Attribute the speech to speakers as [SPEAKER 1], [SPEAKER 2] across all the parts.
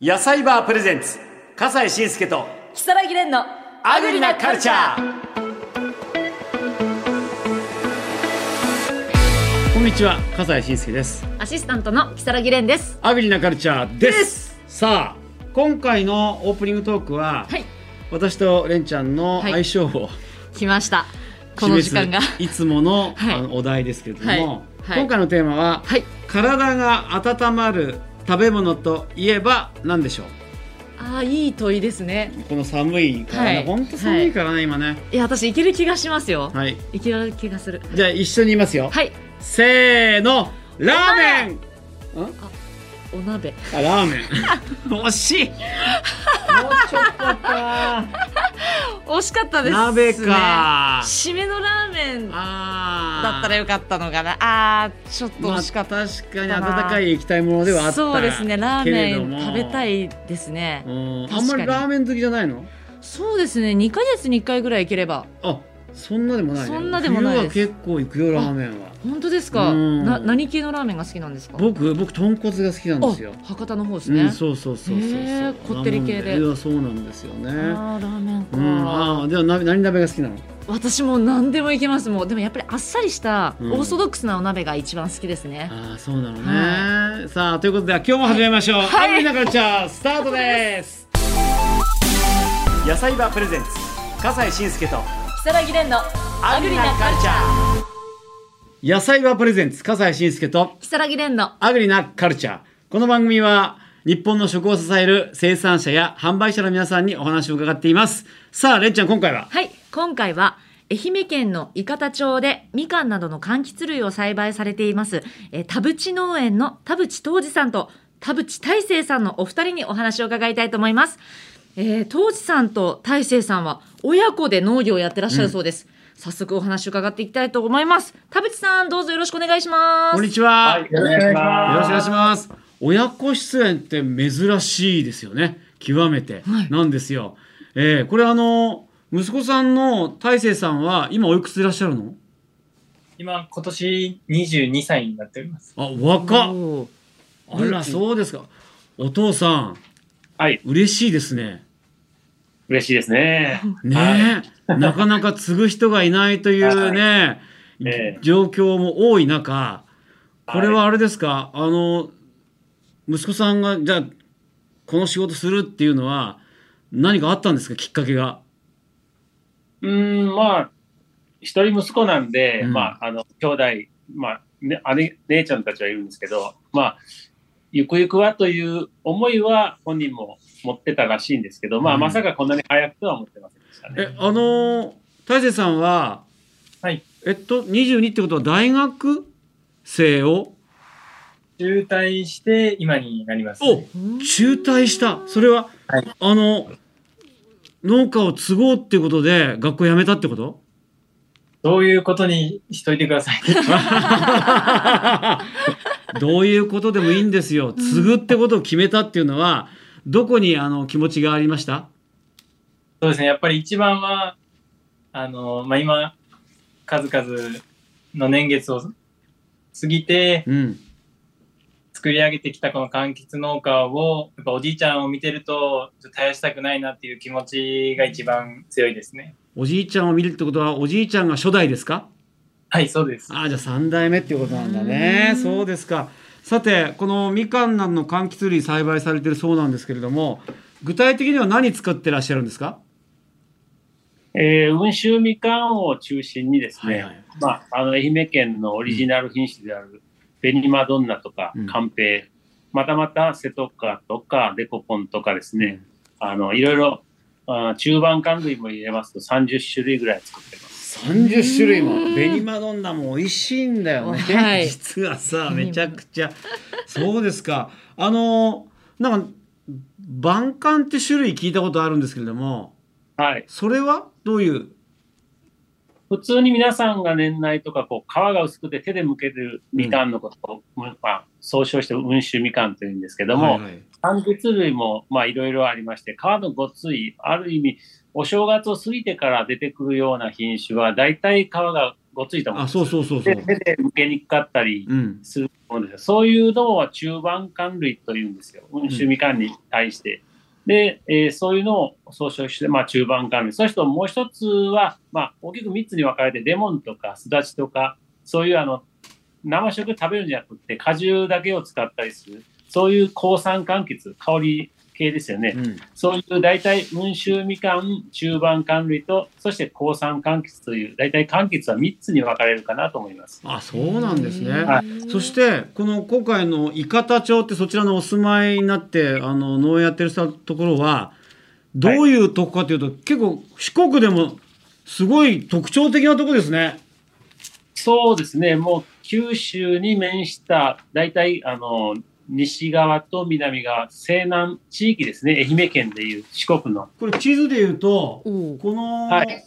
[SPEAKER 1] 野菜バープレゼンツ笠西慎介と
[SPEAKER 2] 木更木蓮の
[SPEAKER 1] アグリなカルチャーこんにちは笠西慎介です
[SPEAKER 2] アシスタントの木更木蓮です
[SPEAKER 1] アグリなカルチャーです
[SPEAKER 2] です
[SPEAKER 1] さあ今回のオープニングトークは、
[SPEAKER 2] はい
[SPEAKER 1] 私とレンちゃんの相性を、
[SPEAKER 2] 来ましたこの時間が
[SPEAKER 1] 示すいつもの,、
[SPEAKER 2] はい
[SPEAKER 1] あのお題ですけれども、
[SPEAKER 2] はいはい
[SPEAKER 1] 今回のテーマは、
[SPEAKER 2] はい
[SPEAKER 1] 体が温まる食べ物といえば何でしょう
[SPEAKER 2] あーいい問いですね
[SPEAKER 1] この寒いから
[SPEAKER 2] は
[SPEAKER 1] ね
[SPEAKER 2] い
[SPEAKER 1] 本当、寒いからね、今ね
[SPEAKER 2] いや私いける気がしますよ、
[SPEAKER 1] はい
[SPEAKER 2] い、ける気がする
[SPEAKER 1] じゃあ一緒に言いますよ、
[SPEAKER 2] はい
[SPEAKER 1] せーのラーメン
[SPEAKER 2] お鍋
[SPEAKER 1] あラーメン 惜しいもうちょっとだっ た
[SPEAKER 2] 惜しかったですね
[SPEAKER 1] 鍋か
[SPEAKER 2] 締めのラーメンだ
[SPEAKER 1] あー
[SPEAKER 2] ったらよかったのかなあーちょっと
[SPEAKER 1] まあ
[SPEAKER 2] 惜しかっ
[SPEAKER 1] 確
[SPEAKER 2] た、
[SPEAKER 1] かに温かい液体ものではあった
[SPEAKER 2] そうですねラーメ
[SPEAKER 1] けれども
[SPEAKER 2] ン食べたいですね
[SPEAKER 1] うんあんま
[SPEAKER 2] 確かに
[SPEAKER 1] りラーメン好きじゃないの
[SPEAKER 2] そうですね2ヶ月に1回ぐらいいければ
[SPEAKER 1] あそんなでもないね
[SPEAKER 2] そんなでもないです
[SPEAKER 1] 冬は結構行くよラーメンは
[SPEAKER 2] 本当ですか
[SPEAKER 1] うん
[SPEAKER 2] な何系のラーメンが好きなんですか
[SPEAKER 1] 僕僕豚骨が好きなんですよ
[SPEAKER 2] あ博多の方です
[SPEAKER 1] う
[SPEAKER 2] ね、
[SPEAKER 1] んそうそうそうそうそう、
[SPEAKER 2] へーこってり系で
[SPEAKER 1] なもんいやそうなんですよね
[SPEAKER 2] あーラーメンか、
[SPEAKER 1] うんああではな何鍋が好きなの
[SPEAKER 2] 私も何でもいけますもうでもやっぱりあっさりした
[SPEAKER 1] うん
[SPEAKER 2] オーソドックスなお鍋が一番好きですね、
[SPEAKER 1] ああそうなのね、さあということで今日も始めましょう「
[SPEAKER 2] はい
[SPEAKER 1] アグリなカルチャー」スタートです野菜バープレゼンツ笠西慎介と
[SPEAKER 2] 如月蓮のアグリなカルチ
[SPEAKER 1] ャー野菜バープレゼンツ笠西慎介と
[SPEAKER 2] 如月蓮の
[SPEAKER 1] アグリなカルチャーこの番組は日本の食を支える生産者や販売者の皆さんにお話を伺っていますさあれんちゃん今回は
[SPEAKER 2] はい今回は愛媛県の伊方町でみかんなどの柑橘類を栽培されていますえー田淵農園の田淵東二さんと田淵大成さんのお二人にお話を伺いたいと思います、えー、東二さんと大成さんは親子で農業をやってらっしゃるそうです、早速お話を伺っていきたいと思います田淵さんどうぞよろしくお願いします
[SPEAKER 1] こんにちは、よ
[SPEAKER 3] よろしくお願いします。
[SPEAKER 1] ろしくお願いします親子出演って珍しいですよね極めて、
[SPEAKER 2] はい
[SPEAKER 1] なんですよえー、これあの息子さんの大成さんは今おいくつでいらっしゃるの
[SPEAKER 3] 今、今年22歳になっております。
[SPEAKER 1] あ若っ
[SPEAKER 2] おー
[SPEAKER 1] あらそうですかお父さん
[SPEAKER 3] はい、
[SPEAKER 1] 嬉しいですね
[SPEAKER 3] 嬉しいですね。
[SPEAKER 1] ねえ、なかなか継ぐ人がいないというね、
[SPEAKER 3] いええ
[SPEAKER 1] 状況も多い中、これはあれですか、あの、息子さんが、じゃあ、この仕事するっていうのは、何かあったんですか、きっかけが。
[SPEAKER 3] うーん、まあ、一人息子なんで、
[SPEAKER 1] うん
[SPEAKER 3] まあ、あの、兄弟、まあ、ね、姉、姉ちゃんたちはいるんですけど、まあ、ゆくゆくはという思いは本人も持ってたらしいんですけど、ま
[SPEAKER 1] う
[SPEAKER 3] あ、
[SPEAKER 1] ん
[SPEAKER 3] まさかこんなに早くとは思ってませんでしたね。
[SPEAKER 1] え、あの、大勢さんは、
[SPEAKER 3] はい
[SPEAKER 1] えっと、22ってことは大学生を、
[SPEAKER 4] 中退して今になります。
[SPEAKER 1] お中退した。それは、
[SPEAKER 4] はい
[SPEAKER 1] あの、農家を継ごうっていうことで、学校辞めたってこと
[SPEAKER 4] そういうことにしといてください。
[SPEAKER 1] どういうことでもいいんですよ。継ぐってことを決めたっていうのは、どこにあの気持ちがありました
[SPEAKER 4] そうですね。やっぱり一番は、あの、まあ、今、数々の年月を過ぎて
[SPEAKER 1] うん。
[SPEAKER 4] 作り上げてきたこの柑橘農家を、やっぱおじいちゃんを見てると、ちょっと絶やしたくないなっていう気持ちが一番強いですね。
[SPEAKER 1] おじいちゃんを見るってことは、おじいちゃんが初代ですか
[SPEAKER 4] はい、そうです。
[SPEAKER 1] ああ、じゃあ3代目っていうことなんだね
[SPEAKER 2] う。ん
[SPEAKER 1] そうですか。さて、このみかんなどの柑橘類栽培されてるそうなんですけれども、具体的には何作ってらっしゃるんですか
[SPEAKER 3] えー、温州みかんを中心にですね、
[SPEAKER 1] はいはい
[SPEAKER 3] まあ、あの愛媛県のオリジナル品種である紅マドンナとか
[SPEAKER 1] うん
[SPEAKER 3] カンペイ、またまた瀬戸カとかデコポンとかですね、あのいろいろあ中盤柑類も入れますと30種類ぐらい作ってます。
[SPEAKER 1] 30種類も
[SPEAKER 2] うん
[SPEAKER 1] 紅マドンナも美味しいんだよね、
[SPEAKER 2] はい
[SPEAKER 1] 実はさめちゃくちゃそうですかあのなんか晩柑って種類聞いたことあるんですけれども
[SPEAKER 3] はい、
[SPEAKER 1] それはどういう
[SPEAKER 3] 普通に皆さんが年内とかこう皮が薄くて手で剥けるみかんのことを、まあ、総称して温州みかんというんですけども、
[SPEAKER 1] はいはい
[SPEAKER 3] 柑橘類もまあいろいろありまして、皮のごつい、ある意味、お正月を過ぎてから出てくるような品種は、大体皮がごっついと思う
[SPEAKER 1] あ
[SPEAKER 3] んです
[SPEAKER 1] そう
[SPEAKER 3] よ。
[SPEAKER 1] そうそうそう
[SPEAKER 3] で、手で向けにくかったり
[SPEAKER 1] うん
[SPEAKER 3] すると思うんですよ。そういうのは中盤管類というんですよ。趣味管理に対して。で、えーそういうのを総称して、まあ、中盤管理。そしてもう一つは、まあ、大きく3つに分かれて、レモンとかすだちとか、そういうあの、生食食べるんじゃなくて、果汁だけを使ったりする、そういう抗酸柑橘、香り系ですよね。
[SPEAKER 1] うん
[SPEAKER 3] そういう大体、温州みかん、中盤柑類と、そして高酸柑橘という、大体柑橘は3つに分かれるかなと思います。
[SPEAKER 1] あそうなんですね、
[SPEAKER 3] は
[SPEAKER 1] そしてこの今回の伊方町ってそちらのお住まいになってあの農園やってるさところはどういうとこかというと、結構四国でもすごい特徴的なとこですね。
[SPEAKER 3] そうですね、もう九州に面した、大体、あの、西側と南側、西南地域ですね、愛媛県でいう四国の。
[SPEAKER 1] これ地図で言うと
[SPEAKER 2] おう
[SPEAKER 1] この
[SPEAKER 3] はい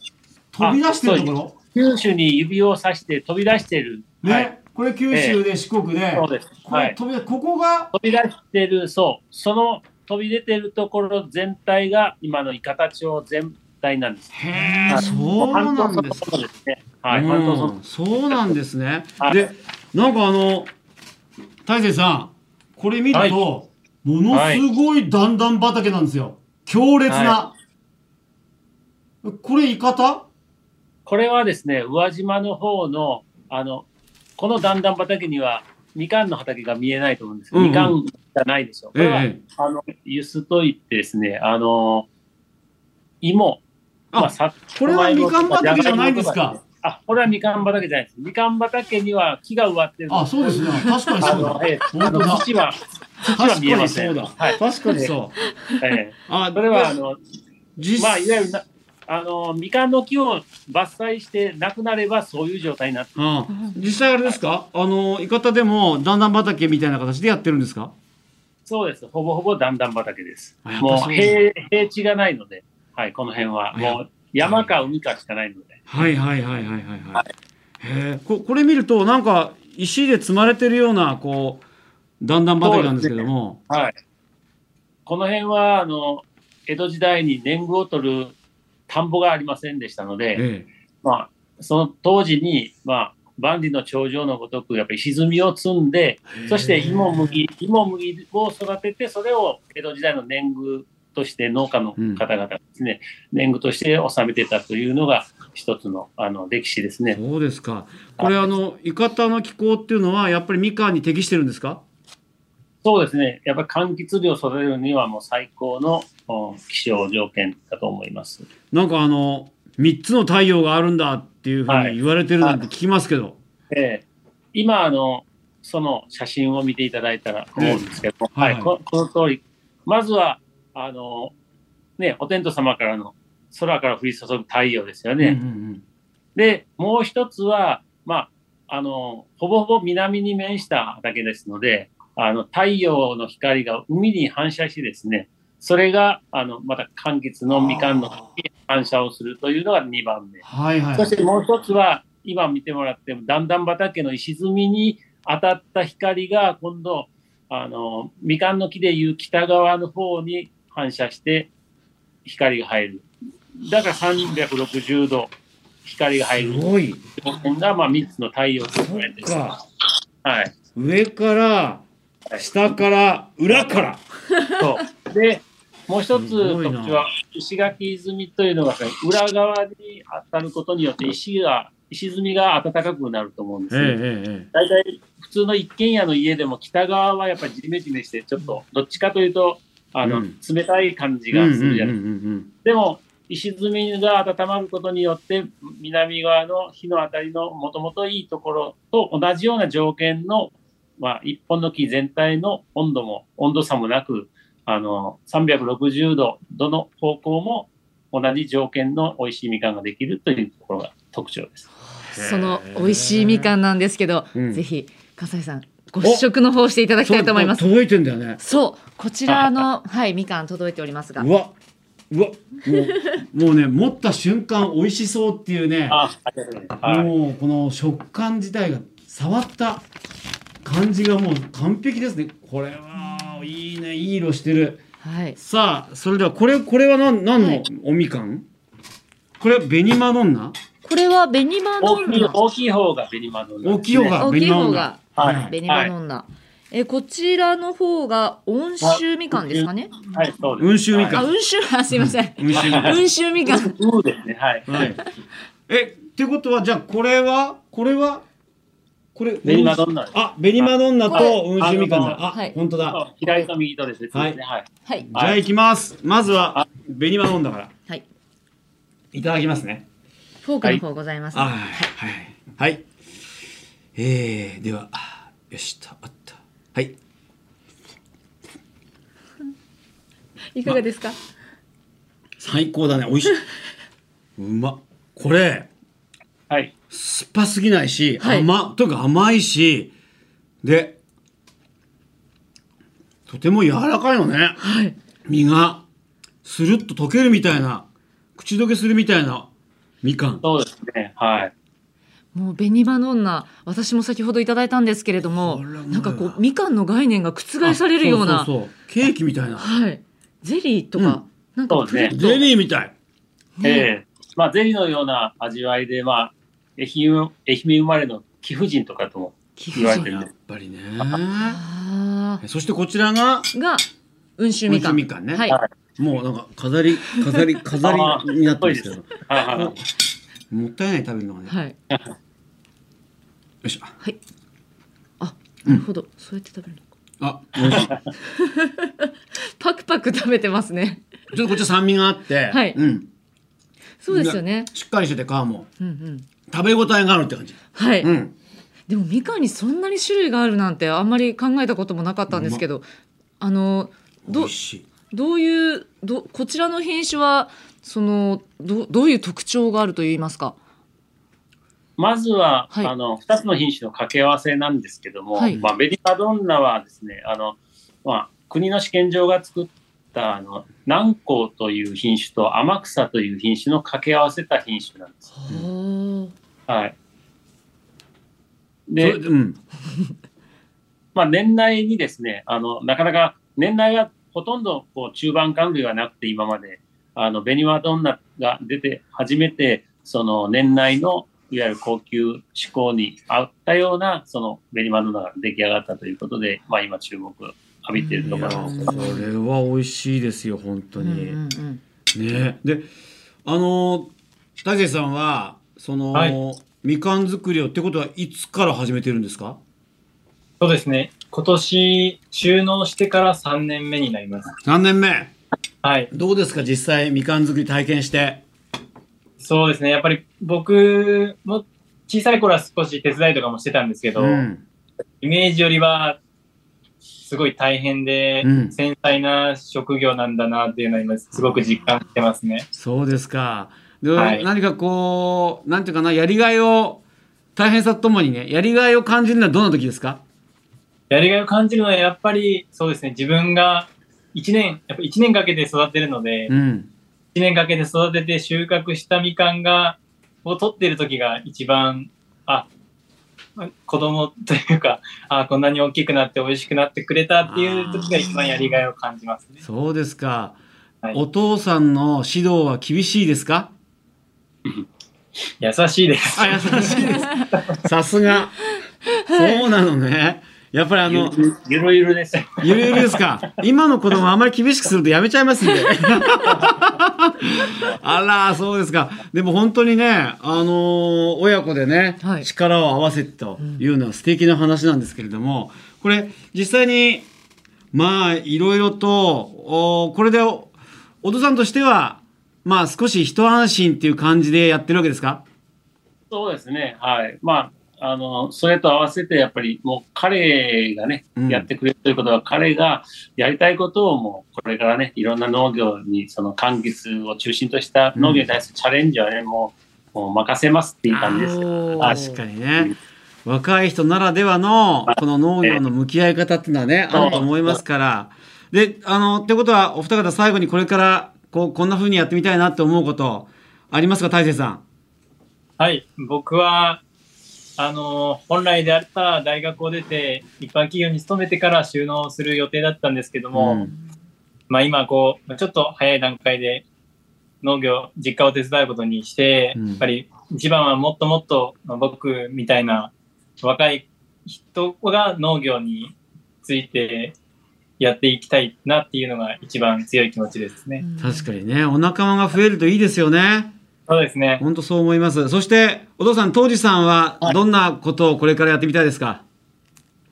[SPEAKER 1] 飛び出してるところ、
[SPEAKER 3] 九州に指を指して飛び出している。
[SPEAKER 1] ね、
[SPEAKER 3] はい。
[SPEAKER 1] これ九州で四国で、
[SPEAKER 3] そうです。
[SPEAKER 1] こ
[SPEAKER 3] は
[SPEAKER 1] れ
[SPEAKER 3] い。
[SPEAKER 1] 飛び出ここが
[SPEAKER 3] 飛び出してる、そう。その飛び出てるところ全体が、今の伊方町全体なんです。
[SPEAKER 1] へえ
[SPEAKER 3] はい
[SPEAKER 1] そうなんです
[SPEAKER 3] 半島そのものですね。はい。
[SPEAKER 1] うん
[SPEAKER 3] 半島その
[SPEAKER 1] そうなんですね。
[SPEAKER 3] はい
[SPEAKER 1] で、なんかあの、大勢さん、これ見ると、ものすごい段々畑なんですよ。強烈な。これ、イカタ
[SPEAKER 3] これはですね、宇和島の方の、あの、この段々畑には、みかんの畑が見えないと思うんですけど、
[SPEAKER 1] うんうん
[SPEAKER 3] みかんじゃないでしょう。これは、
[SPEAKER 1] え。
[SPEAKER 3] あの、ゆすといってですね、あの、芋。
[SPEAKER 1] あ
[SPEAKER 3] さ
[SPEAKER 1] これはみかん畑じゃないんですか。
[SPEAKER 3] あ、これはみかん畑じゃないです。みかん畑には木が植わってる。
[SPEAKER 1] あ、そうですね。確かに
[SPEAKER 3] あ
[SPEAKER 1] そう
[SPEAKER 3] の、
[SPEAKER 1] だ。
[SPEAKER 3] ええ、あ
[SPEAKER 1] 本当
[SPEAKER 3] の
[SPEAKER 1] だ。
[SPEAKER 3] 土は、土は
[SPEAKER 1] 確
[SPEAKER 3] 見え
[SPEAKER 1] か
[SPEAKER 3] ま
[SPEAKER 1] に
[SPEAKER 3] せ
[SPEAKER 1] そ
[SPEAKER 3] ん。
[SPEAKER 1] うだ
[SPEAKER 3] はい。。
[SPEAKER 1] 確かにそう。
[SPEAKER 3] ええ、
[SPEAKER 1] あ
[SPEAKER 3] それは、あの、
[SPEAKER 1] 実
[SPEAKER 3] まあ、いわゆるな、あの、みかんの木を伐採してなくなれば、そういう状態になって
[SPEAKER 1] うん実際あれですかあの、イカタでも段々畑みたいな形でやってるんですか
[SPEAKER 3] そうです。ほぼほぼ段々畑です
[SPEAKER 1] あやっ。ぱ
[SPEAKER 3] も
[SPEAKER 1] そううです
[SPEAKER 3] 平平地がないので、はい、この辺は。
[SPEAKER 1] あやっ
[SPEAKER 3] もう山か海かしかないので。
[SPEAKER 1] はいはいはいはいはいはい。へえ、ここれ見るとなんか石で積まれてるようなこう段々畑なんですけども、
[SPEAKER 3] はい。この辺は、あの、江戸時代に年貢を取る田んぼがありませんでしたので、
[SPEAKER 1] え
[SPEAKER 3] まあ、その当時に、まあ、万里の長城のごとく、やっぱり沈みを積んで、
[SPEAKER 1] え、
[SPEAKER 3] そして芋
[SPEAKER 1] も
[SPEAKER 3] 麦、芋麦を育てて、それを江戸時代の年貢として農家の方々がですね、年貢として納めてたというのが一つのあの歴史ですね。
[SPEAKER 1] そうですか。これあのイカタの気候っていうのはやっぱりみかんに適してるんですか？
[SPEAKER 3] そうですね。やっぱり柑橘類を育てるにはもう最高のお気象条件だと思います。
[SPEAKER 1] なんかあの三つの太陽があるんだっていうふう
[SPEAKER 3] は
[SPEAKER 1] に
[SPEAKER 3] い
[SPEAKER 1] 言われてるなんて聞きますけど、
[SPEAKER 3] えー今あのその写真を見ていただいたら思うんですけど、
[SPEAKER 1] うんは
[SPEAKER 3] はいい、ここの通り、まずはあのねお天道様からの空から降り注ぐ太陽ですよね。
[SPEAKER 1] うんうんうん
[SPEAKER 3] で、もう一つは、まあ、あの、ほぼほぼ南に面した畑ですので、あの、太陽の光が海に反射しですね、それが、あの、また柑橘のみかんの反射をするというのが2番目。
[SPEAKER 1] はいはい。
[SPEAKER 3] そしてもう一つは、今見てもらっても、だんだん畑の石積みに当たった光が、今度、あの、みかんの木でいう北側の方に反射して、光が入る。だから360度、光が入
[SPEAKER 1] す
[SPEAKER 3] る。
[SPEAKER 1] ごい。
[SPEAKER 3] ここが、まあ、3つの太陽と
[SPEAKER 1] そ
[SPEAKER 3] 言われて
[SPEAKER 1] っ
[SPEAKER 3] る。
[SPEAKER 1] か。
[SPEAKER 3] はい。
[SPEAKER 1] 上から
[SPEAKER 3] はい
[SPEAKER 1] 下から裏から。
[SPEAKER 3] そう。で、もう一つ
[SPEAKER 1] すご
[SPEAKER 3] 特
[SPEAKER 1] いな
[SPEAKER 3] 徴は、石垣泉というのが、裏側に当たることによって、石が、石積みが暖かくなると思うんで
[SPEAKER 1] え
[SPEAKER 3] すね。
[SPEAKER 1] えええ。
[SPEAKER 3] 大体普通の一軒家の家でも北側はやっぱりジメジメしてちょっとどっちかというとあの、
[SPEAKER 1] うん
[SPEAKER 3] 冷たい感じ
[SPEAKER 1] うん
[SPEAKER 3] が
[SPEAKER 1] うん
[SPEAKER 3] するじゃ
[SPEAKER 1] うん
[SPEAKER 3] な
[SPEAKER 1] う
[SPEAKER 3] い、
[SPEAKER 1] んうん。
[SPEAKER 3] でも石積みが温まることによって南側の日の当たりのもともといいところと同じような条件の、まあ、一本の木全体の温度も温度差もなくあの360度どの方向も同じ条件の美味しいみかんができるというところが特徴です。
[SPEAKER 2] その美味しいみかんなんですけど、
[SPEAKER 1] うん
[SPEAKER 2] ぜひ笠井さんご試食の方していただきたいと思います。
[SPEAKER 1] そう届いてんだよね。
[SPEAKER 2] そうこちらのはいみかん届いておりますが
[SPEAKER 1] う、わうわもうもうね持った瞬間美味しそうっていうね
[SPEAKER 3] あありがとうございますはい
[SPEAKER 1] もうこの食感自体が触った感じがもう完璧ですねこれはいいねいい色してる
[SPEAKER 2] はい
[SPEAKER 1] さあそれではこれこれは何何の
[SPEAKER 2] はい
[SPEAKER 1] おみかん、これは紅マドンナ
[SPEAKER 2] これは紅マド
[SPEAKER 3] 大
[SPEAKER 2] ン
[SPEAKER 3] きい
[SPEAKER 2] ナ。
[SPEAKER 3] 大きい方がベニマドンナですね
[SPEAKER 1] 大きい方が
[SPEAKER 2] 大きい方が
[SPEAKER 3] はい
[SPEAKER 2] 紅マドンナ。えこちらの方が温州みかんですかね。
[SPEAKER 3] はい、そうです。
[SPEAKER 1] 温州みか
[SPEAKER 2] あ、
[SPEAKER 1] ん
[SPEAKER 2] 温州、あ、すいません。
[SPEAKER 1] 温州みかん
[SPEAKER 2] 温州みかん。
[SPEAKER 3] そうですね、はい。
[SPEAKER 1] はいえってことはじゃあこれはこれはこれ
[SPEAKER 3] ベニマドンナです。
[SPEAKER 1] あベニマドンナ
[SPEAKER 2] これ
[SPEAKER 1] と温州みかんだあ、
[SPEAKER 2] はい
[SPEAKER 1] 本当だ
[SPEAKER 3] そう左と右とですね。そうですねはい。
[SPEAKER 2] はい。
[SPEAKER 1] じゃあ行きます。まずは、ベニマ飲んだから。
[SPEAKER 2] はい。
[SPEAKER 1] いただきますね。
[SPEAKER 2] フォークの方ございます。
[SPEAKER 1] あはい。はい。はい、えー、では、よしと、あった。はい。
[SPEAKER 2] いかがですか。
[SPEAKER 1] 最高だね。美味しい。うまっ。これ、
[SPEAKER 3] はい。
[SPEAKER 1] 酸っぱすぎないし、
[SPEAKER 2] はい
[SPEAKER 1] 甘、とにかく甘いし、で、とても柔らかいのね。
[SPEAKER 2] はい。
[SPEAKER 1] 身が、スルッと溶けるみたいな、口どけするみたいな、みかん。
[SPEAKER 3] そうですね、はい。
[SPEAKER 2] もう紅バの女、私も先ほどいただいたんですけれども、
[SPEAKER 1] あらまあ
[SPEAKER 2] なんかこうみかんの概念が覆されるような、
[SPEAKER 1] あそうそうそうケーキみたいな。
[SPEAKER 2] はい。ゼリーとか、なんかプルッと、
[SPEAKER 1] ゼリーみたい。
[SPEAKER 2] ね
[SPEAKER 3] ええまあ、ゼリーのような味わいで、まあ、愛媛、愛媛生まれの貴婦人とかとも
[SPEAKER 2] 貴婦
[SPEAKER 3] 言われ
[SPEAKER 2] 人
[SPEAKER 3] てるん
[SPEAKER 1] やっ
[SPEAKER 3] です。
[SPEAKER 1] ぱりね。
[SPEAKER 2] あ
[SPEAKER 1] そしてこちらが、
[SPEAKER 2] ーが温州みかん。
[SPEAKER 1] 温州みかんね
[SPEAKER 2] はい。
[SPEAKER 3] は
[SPEAKER 1] もうなんか飾り、飾り、飾
[SPEAKER 3] あ
[SPEAKER 1] りになってますけど。
[SPEAKER 3] はいはいはい。
[SPEAKER 1] もったいない食べるのがね。よ
[SPEAKER 2] はい。
[SPEAKER 1] いしょ。
[SPEAKER 2] あ、なるほど。そうやって食べるのか。
[SPEAKER 1] あ、よいしょ
[SPEAKER 2] パクパク食べてますね。
[SPEAKER 1] ちょっとこっちは酸味があって、
[SPEAKER 2] はい
[SPEAKER 1] うん。
[SPEAKER 2] そうですよね。
[SPEAKER 1] しっかりしてて皮も。
[SPEAKER 2] うんうん。
[SPEAKER 1] 食べ応えがあるって感じ。
[SPEAKER 2] はい、
[SPEAKER 1] うん。
[SPEAKER 2] でもみかんにそんなに種類があるなんてあんまり考えたこともなかったんですけど、あの
[SPEAKER 1] 美
[SPEAKER 2] ど
[SPEAKER 1] 味しい。
[SPEAKER 2] どういうどこちらの品種はそのどどういう特徴があると言いますか。
[SPEAKER 3] まずは、
[SPEAKER 2] はい
[SPEAKER 3] あの、二つの品種の掛け合わせなんですけども、
[SPEAKER 2] はい
[SPEAKER 3] まあ、ベリカドンナはですね、あの、まあ、国の試験場が作った、あの、南高という品種と天草という品種の掛け合わせた品種なんです。
[SPEAKER 2] は
[SPEAKER 3] はい。
[SPEAKER 1] そ
[SPEAKER 3] で
[SPEAKER 1] れ、でうん。
[SPEAKER 3] まあ、年内にですね、あの、なかなか、年内はほとんど、こう、中盤管類がなくて、今まで、あの、ベニワドンナが出て、初めて、その、年内の、いわゆる高級志向に合ったような、その、ベニワドンナが出来上がったということで、まあ、今、注目を浴びている
[SPEAKER 1] い
[SPEAKER 3] とこ
[SPEAKER 1] や
[SPEAKER 3] ろなんです
[SPEAKER 1] ー、これは美味しいですよ、本
[SPEAKER 2] あ。
[SPEAKER 1] 当
[SPEAKER 2] うんう
[SPEAKER 1] に。
[SPEAKER 2] んうん。
[SPEAKER 1] ねであの大勢さんはその、
[SPEAKER 4] はい
[SPEAKER 1] みかん作りをってことはいつから始めてるんですか
[SPEAKER 4] そうですね。今年、収納してから3年目になります。
[SPEAKER 1] 何年目
[SPEAKER 4] はい。
[SPEAKER 1] どうですか実際みかん作り体験して
[SPEAKER 4] そうですね。やっぱり僕も小さい頃は少し手伝いとかもしてたんですけど、
[SPEAKER 1] ん
[SPEAKER 4] イメージよりはすごい大変で、
[SPEAKER 1] うん
[SPEAKER 4] 繊細な職業なんだなっていうのは今すごく実感してますね。
[SPEAKER 1] そうですかで、
[SPEAKER 4] はい
[SPEAKER 1] 何かこうなんていうかなやりがいを大変さとともにねやりがいを感じるのはどんな時ですか
[SPEAKER 4] やりがいを感じるのはやっぱりそうですね。自分が1年、やっぱ1年かけて育てるので、
[SPEAKER 1] うん
[SPEAKER 4] 1年かけて育てて収穫したみかんが、を取ってる時が一番、あ、子供というか、あ、こんなに大きくなって美味しくなってくれたっていう時が一番やりがいを感じますね。
[SPEAKER 1] そうですか、
[SPEAKER 4] はい
[SPEAKER 1] お父さんの指導は厳しいですか
[SPEAKER 4] 優しいです。
[SPEAKER 1] あ優 しいですさすがそうなのねやっぱりあ
[SPEAKER 3] ゆ
[SPEAKER 1] の
[SPEAKER 3] るゆるゆるです。
[SPEAKER 1] ゆるゆるですか。今の子供あまり厳しくするとやめちゃいますんで。 あら、そうですか。でも本当にね、あのー親子でね、
[SPEAKER 2] はい
[SPEAKER 1] 力を合わせてというのは素敵な話なんですけれども、これ実際に、まあ、いろいろと、おこれでお、お父さんとしては、まあ少し一安心っていう感じでやってるわけですか
[SPEAKER 3] そうですね、はい。まあ、あの、それと合わせて、やっぱり、もう彼がね、
[SPEAKER 1] うん
[SPEAKER 3] やってくれるということは、彼がやりたいことをもう、これからね、いろんな農業に、その、柑橘を中心とした農業に対するチャレンジはね、もう、もう任せますっていう感じです。
[SPEAKER 2] お
[SPEAKER 3] あ
[SPEAKER 1] 確
[SPEAKER 2] ー
[SPEAKER 1] かにね。若い人ならではのこの農業の向き合い方っていうのはね、
[SPEAKER 3] そう
[SPEAKER 1] あると思いますから。で、あの、ってことは、お二方最後にこれから、こう、こんな風にやってみたいなって思うこと、ありますか、大勢さん。
[SPEAKER 4] はい、僕は、あの、本来であったら大学を出て、一般企業に勤めてから収納する予定だったんですけども、
[SPEAKER 1] うん
[SPEAKER 4] まあ今こう、ちょっと早い段階で農業、実家を手伝うことにして、
[SPEAKER 1] うん
[SPEAKER 4] やっぱり一番はもっともっと僕みたいな若い人が農業についてやっていきたいなっていうのが一番強い気持ちですね。
[SPEAKER 1] 確かにね、お仲間が増えるといいですよね。
[SPEAKER 4] そうですね。
[SPEAKER 1] 本当そう思います。そして、お父さん、当時さんは
[SPEAKER 3] はい
[SPEAKER 1] どんなことをこれからやってみたいですか、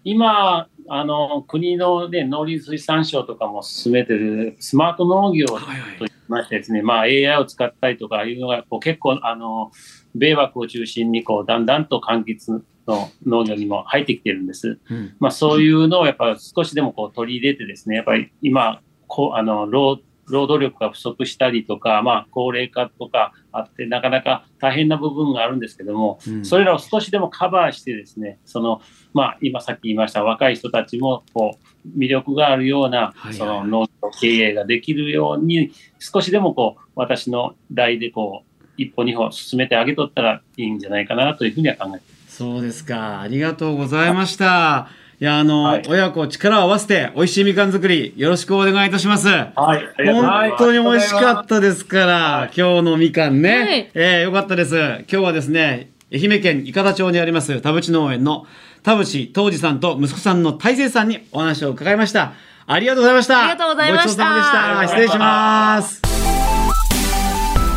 [SPEAKER 3] 今、あの、国のね、農林水産省とかも進めてる、スマート農業
[SPEAKER 1] はいはい
[SPEAKER 3] と言いましてですね、まあ AI を使ったりとかいうのが、こう結構、あの、米枠を中心に、こう、だんだんと柑橘の農業にも入ってきてるんです。
[SPEAKER 1] うん
[SPEAKER 3] まあそういうのをやっぱ少しでもこう取り入れてですね、やっぱり今、こうあの労労働力が不足したりとか、まあ高齢化とかあって、なかなか大変な部分があるんですけども、
[SPEAKER 1] うん
[SPEAKER 3] それらを少しでもカバーしてですね、その、まあ今さっき言いました若い人たちもこう魅力があるような
[SPEAKER 1] はいはい、
[SPEAKER 3] その農業経営ができるように、少しでもこう私の代でこう、一歩二歩進めてあげとったらいいんじゃないかなというふうには考えています
[SPEAKER 1] そうですか。ありがとうございました。いや、あの、
[SPEAKER 3] はい
[SPEAKER 1] 親子力を合わせて、美味しいみかん作り、よろしくお願いいたします。
[SPEAKER 3] はい、ありがとうござい
[SPEAKER 1] 本
[SPEAKER 3] ます。
[SPEAKER 1] 当に美味しかったですから、今日のみかんね、
[SPEAKER 2] はい
[SPEAKER 1] えーよかったです。今日はですね、愛媛県伊方町にあります田淵農園の田淵当時さんと息子さんの大成さんにお話を伺いました。ありがとうございました。
[SPEAKER 2] ありがとうございまし
[SPEAKER 1] ご
[SPEAKER 2] た
[SPEAKER 1] ちそうさまでした。失礼します。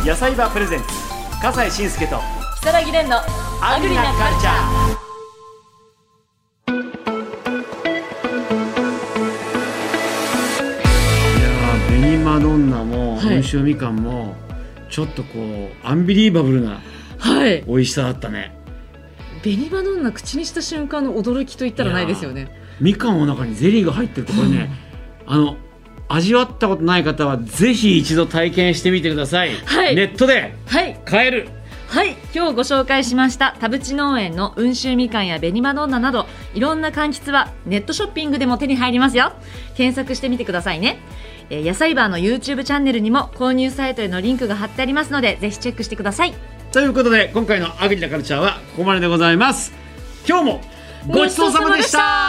[SPEAKER 5] 野菜バープレゼンツ笠西慎介と
[SPEAKER 2] 如月蓮のア
[SPEAKER 5] アグリなカルチャー
[SPEAKER 1] いやーベニマドンナも
[SPEAKER 2] はい
[SPEAKER 1] 温州みかんも、ちょっとこうアンビリーバブルな
[SPEAKER 2] はい
[SPEAKER 1] 美味しさだったね
[SPEAKER 2] 紅バドンナ口にした瞬間の驚きと言ったらないですよね
[SPEAKER 1] みかんの中にゼリーが入ってるとこれね、あの味わったことない方はぜひ一度体験してみてください、
[SPEAKER 2] はい
[SPEAKER 1] ネットで
[SPEAKER 2] はい
[SPEAKER 1] 買える
[SPEAKER 2] はい今日ご紹介しました田淵農園の温州みかんや紅マドンナなどいろんな柑橘はネットショッピングでも手に入りますよ検索してみてくださいね、えー野菜バーの YouTube チャンネルにも購入サイトへのリンクが貼ってありますのでぜひチェックしてください
[SPEAKER 1] ということで今回の「アグリなカルチャー」はここまででございます今日もごちそうさまでした